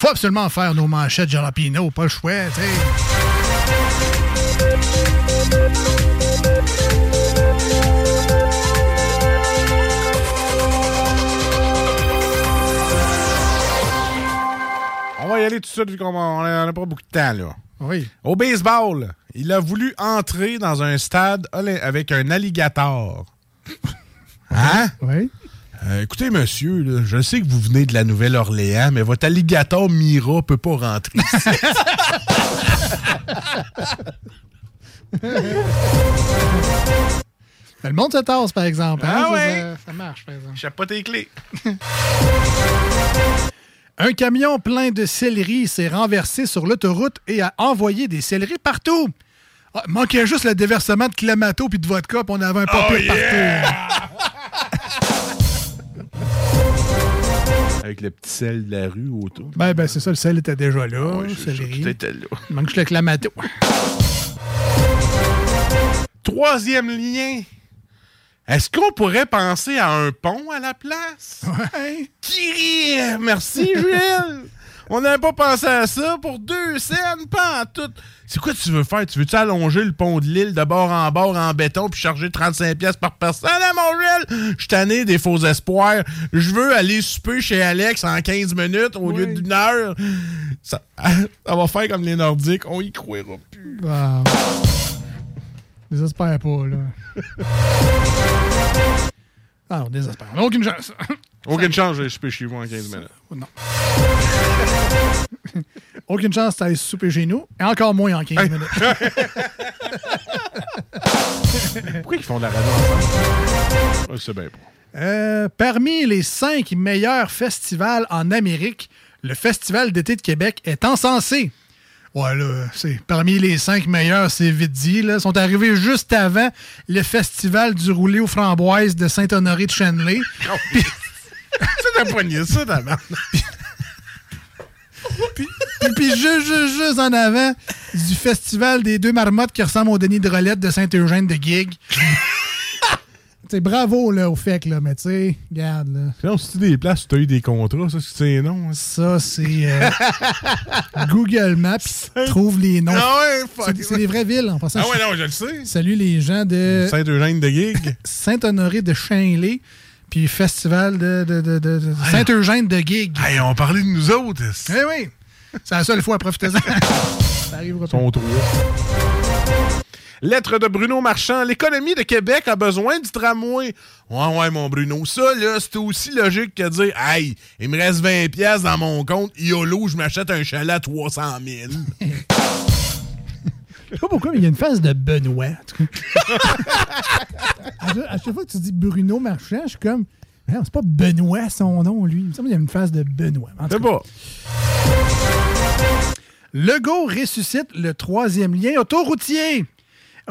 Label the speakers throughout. Speaker 1: Faut absolument faire nos manchettes jalapino, pas le choix, tu
Speaker 2: On va y aller tout de suite, vu qu'on n'a pas beaucoup de temps, là.
Speaker 1: Oui.
Speaker 2: Au baseball, il a voulu entrer dans un stade olé- avec un alligator. Hein?
Speaker 1: Oui.
Speaker 2: Euh, écoutez, monsieur, là, je sais que vous venez de la Nouvelle-Orléans, mais votre alligator Mira peut pas rentrer ici.
Speaker 1: Mais le monde se tasse, par exemple. hein,
Speaker 2: Ah
Speaker 1: ça,
Speaker 2: ouais.
Speaker 1: ça- ça marche, par exemple.
Speaker 2: Échappe pas tes clés.
Speaker 1: Un camion plein de céleri s'est renversé sur l'autoroute et a envoyé des céleris partout. Ah, manquait juste le déversement de clamato puis de vodka, puis on avait un papier
Speaker 2: Oh,
Speaker 1: partout.
Speaker 2: Avec le petit sel de la rue autour.
Speaker 1: Ben, ben c'est ça, le sel était déjà
Speaker 2: Ah
Speaker 1: là, le céleri.
Speaker 2: Tout était là.
Speaker 1: Il manque juste le clamato.
Speaker 2: Troisième lien. Est-ce qu'on pourrait penser à un pont à la place?
Speaker 1: Ouais.
Speaker 2: Kyrie! Merci, Jules! On n'avait pas pensé à ça pour deux scènes, pas en tout. C'est quoi tu veux faire? Tu veux-tu allonger le pont de l'île de bord en bord en béton puis charger 35 pièces par personne à mon Jules? Je suis tanné des faux espoirs. Je veux aller souper chez Alex en 15 minutes au lieu
Speaker 1: Oui.
Speaker 2: d'une heure. Ça, ça va faire comme les Nordiques. On y croira plus.
Speaker 1: Bon. Désespère pas, là. Ah, on désespère. On n'a aucune chance.
Speaker 2: Aucune chance, je souper chez vous en 15 minutes.
Speaker 1: Oh, non. aucune chance d'aller souper chez nous. Et encore moins en 15 minutes.
Speaker 2: Pourquoi ils font de la radio ensemble? Ouais, C'est bien bon.
Speaker 1: Euh, parmi les cinq meilleurs festivals en Amérique, le Festival d'été de Québec est encensé. Ouais, là, c'est parmi les cinq meilleurs, c'est vite dit. Là, Ils sont arrivés juste avant le Festival du roulé aux framboises de Saint-Honoré de Chenley.
Speaker 2: C'est la poignée, ça, ta merde.
Speaker 1: Puis, puis juste, juste, juste en avant du Festival des deux marmottes qui ressemble au Denis de Rolette de Saint-Eugène de Gig. T'sais, bravo là, au fait, là, mais tu sais, regarde. Là.
Speaker 2: Sinon, si tu des places, tu as eu des contrats, ça, c'est des noms. hein.
Speaker 1: Ça, c'est euh, Google Maps trouve les noms.
Speaker 2: Ah ouais,
Speaker 1: C'est c'est les vraies villes en passant.
Speaker 2: Ah ouais, non, je le sais.
Speaker 1: Salut les gens de
Speaker 2: Saint-Eugène Euh, de Gig.
Speaker 1: Saint-Honoré de Chainlay, puis festival de, de- de- de- de
Speaker 2: Ah
Speaker 1: Saint-Eugène de Gig.
Speaker 2: hey, on parlait de nous autres.
Speaker 1: Eh oui! C'est la seule fois, profitez-en. Ça arrivera pas.
Speaker 2: Ton trou. Lettre de Bruno Marchand. L'économie de Québec a besoin du tramway. Ouais, ouais, mon Bruno. Ça, là, c'est aussi logique que de dire Hey, il me reste 20$ piastres dans mon compte. YOLO, je m'achète un chalet à 300 000.
Speaker 1: Je sais pas pourquoi, mais il y a une phase de Benoît. en tout cas. à, chaque- à chaque fois que tu dis Bruno Marchand, je suis comme. Non, c'est pas Benoît son nom, lui. Il me semble qu'il y a une phase de Benoît. En tout
Speaker 2: C'est
Speaker 1: cas.
Speaker 2: pas.
Speaker 1: Legault ressuscite le troisième lien autoroutier.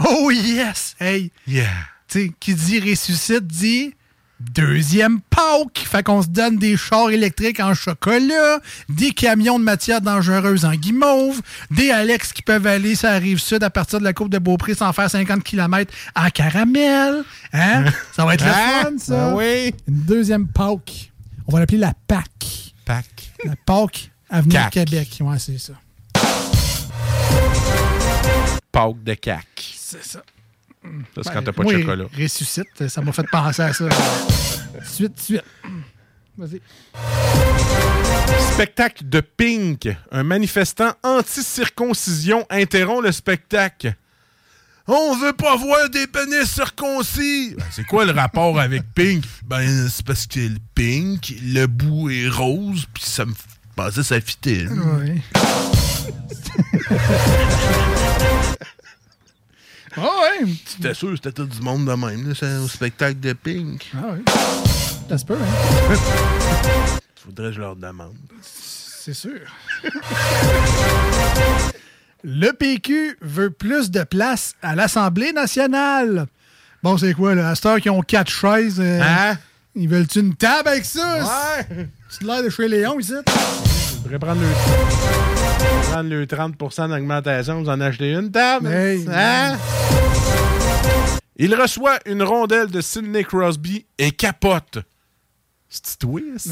Speaker 1: Oh yes! Hey,
Speaker 2: Yeah.
Speaker 1: tu sais, qui dit ressuscite dit deuxième Pauk. Fait qu'on se donne des chars électriques en chocolat, des camions de matières dangereuses en guimauve, des Alex qui peuvent aller sur la rive sud à partir de la côte de Beaupré sans faire 50 km en caramel. Hein? Ben Ça va être le
Speaker 2: Ah,
Speaker 1: fun, ça.
Speaker 2: ah oui.
Speaker 1: Une deuxième Pauk. On va l'appeler la PAC.
Speaker 2: Pac.
Speaker 1: La Pauk Avenue
Speaker 2: Cac.
Speaker 1: Québec. Ouais, c'est ça.
Speaker 2: Pac de cac.
Speaker 1: C'est ça.
Speaker 2: Ça, c'est
Speaker 1: Moi, Ressuscite, ça m'a fait penser à ça. suite, suite. Vas-y.
Speaker 2: Spectacle de Pink. Un manifestant anti-circoncision interrompt le spectacle. On veut pas voir des pénis circoncis! Ben, c'est quoi le rapport avec Pink? Ben, c'est parce que le Pink, le bout est rose, puis ça me f- pensait ça fitait.
Speaker 1: Oui. Ah ouais.
Speaker 2: C'était sûr, c'était tout du monde de même, là, c'est au spectacle de Pink.
Speaker 1: Ah ouais. Ça se peut, hein?
Speaker 2: Faudrait que je leur demande.
Speaker 1: C'est sûr. Le PQ veut plus de place à l'Assemblée nationale. Bon, c'est quoi, là? À cette heure qu'ils ont quatre chaises, euh,
Speaker 2: Hein?
Speaker 1: ils veulent-tu une table avec ça?
Speaker 2: Ouais!
Speaker 1: C'est l'air de chez Léon, ici.
Speaker 2: Faudrait prendre le, prendre le 30 d'augmentation, vous en achetez une table.
Speaker 1: Hey,
Speaker 2: Hein? Il reçoit une rondelle de Sidney Crosby et capote. C'est twist.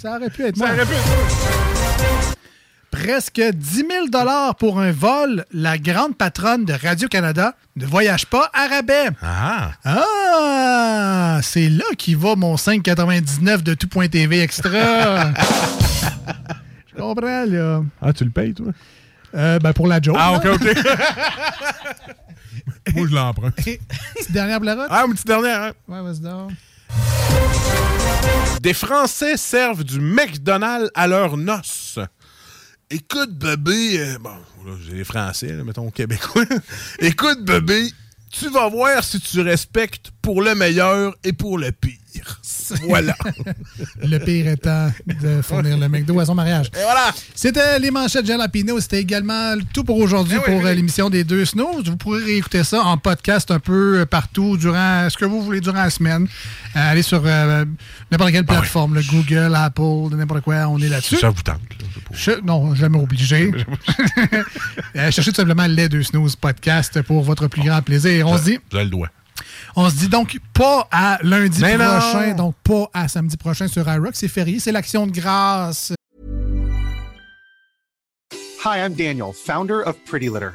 Speaker 1: Ça aurait pu être moi.
Speaker 2: Ça aurait pu être-
Speaker 1: Presque 10 000 pour un vol. La grande patronne de Radio-Canada ne voyage pas à rabais.
Speaker 2: Ah!
Speaker 1: Ah! C'est là qu'il va mon 5,99 de tout.tv extra. Je comprends, là.
Speaker 2: Ah, tu le payes, toi?
Speaker 1: Euh, ben, pour la joke.
Speaker 2: Ah,
Speaker 1: là.
Speaker 2: ok, ok. Moi, je l'emprunte.
Speaker 1: Petite dernière blarotte.
Speaker 2: Ah, une petite dernière. hein.
Speaker 1: Ouais, vas-y donc.
Speaker 2: Des Français servent du McDonald's à leurs noces. Écoute, bébé, euh, bon, là, j'ai les Français, là, mettons Québécois. Écoute, bébé, tu vas voir si tu respectes pour le meilleur et pour le pire. Voilà.
Speaker 1: Le pire étant de fournir le McDo à son mariage.
Speaker 2: et voilà.
Speaker 1: C'était les manchettes Jalapino. C'était également tout pour aujourd'hui
Speaker 2: Eh oui,
Speaker 1: pour
Speaker 2: oui.
Speaker 1: euh, l'émission des deux snooze. Vous pourrez réécouter ça en podcast un peu euh, partout durant euh, ce que vous voulez durant la semaine. Euh, allez sur euh, n'importe
Speaker 2: Ah
Speaker 1: quelle plateforme, le Google, Apple, n'importe quoi, on est là-dessus.
Speaker 2: Ça vous tente. là, c'est pour-
Speaker 1: Che- non, jamais obligé. Euh, cherchez tout simplement les deux snooze podcast pour votre plus grand plaisir. On se dit,
Speaker 2: Je le dois.
Speaker 1: on se dit donc pas à lundi
Speaker 2: Mais non!
Speaker 1: prochain, donc pas à samedi prochain sur iRock. C'est férié, c'est l'action de grâce.
Speaker 3: Hi, I'm Daniel, founder of Pretty Litter.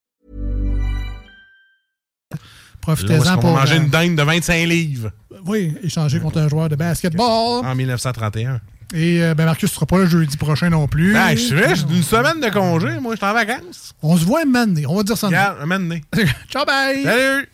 Speaker 2: Là, où est-ce
Speaker 1: Profitez-en
Speaker 2: qu'on
Speaker 1: pour
Speaker 2: va manger
Speaker 1: euh,
Speaker 2: une dinde de 25 livres
Speaker 1: oui, échanger contre un joueur de basketball.
Speaker 2: en 1931.
Speaker 1: Et euh, ben Marcus ne sera pas là jeudi prochain non plus.
Speaker 2: Ah, je suis vrai, j'ai une semaine de congé. Moi, je suis en vacances.
Speaker 1: On se voit un moment donné. On va dire ça. demain.
Speaker 2: Regarde, amène-les.
Speaker 1: Ciao, bye!
Speaker 2: Salut!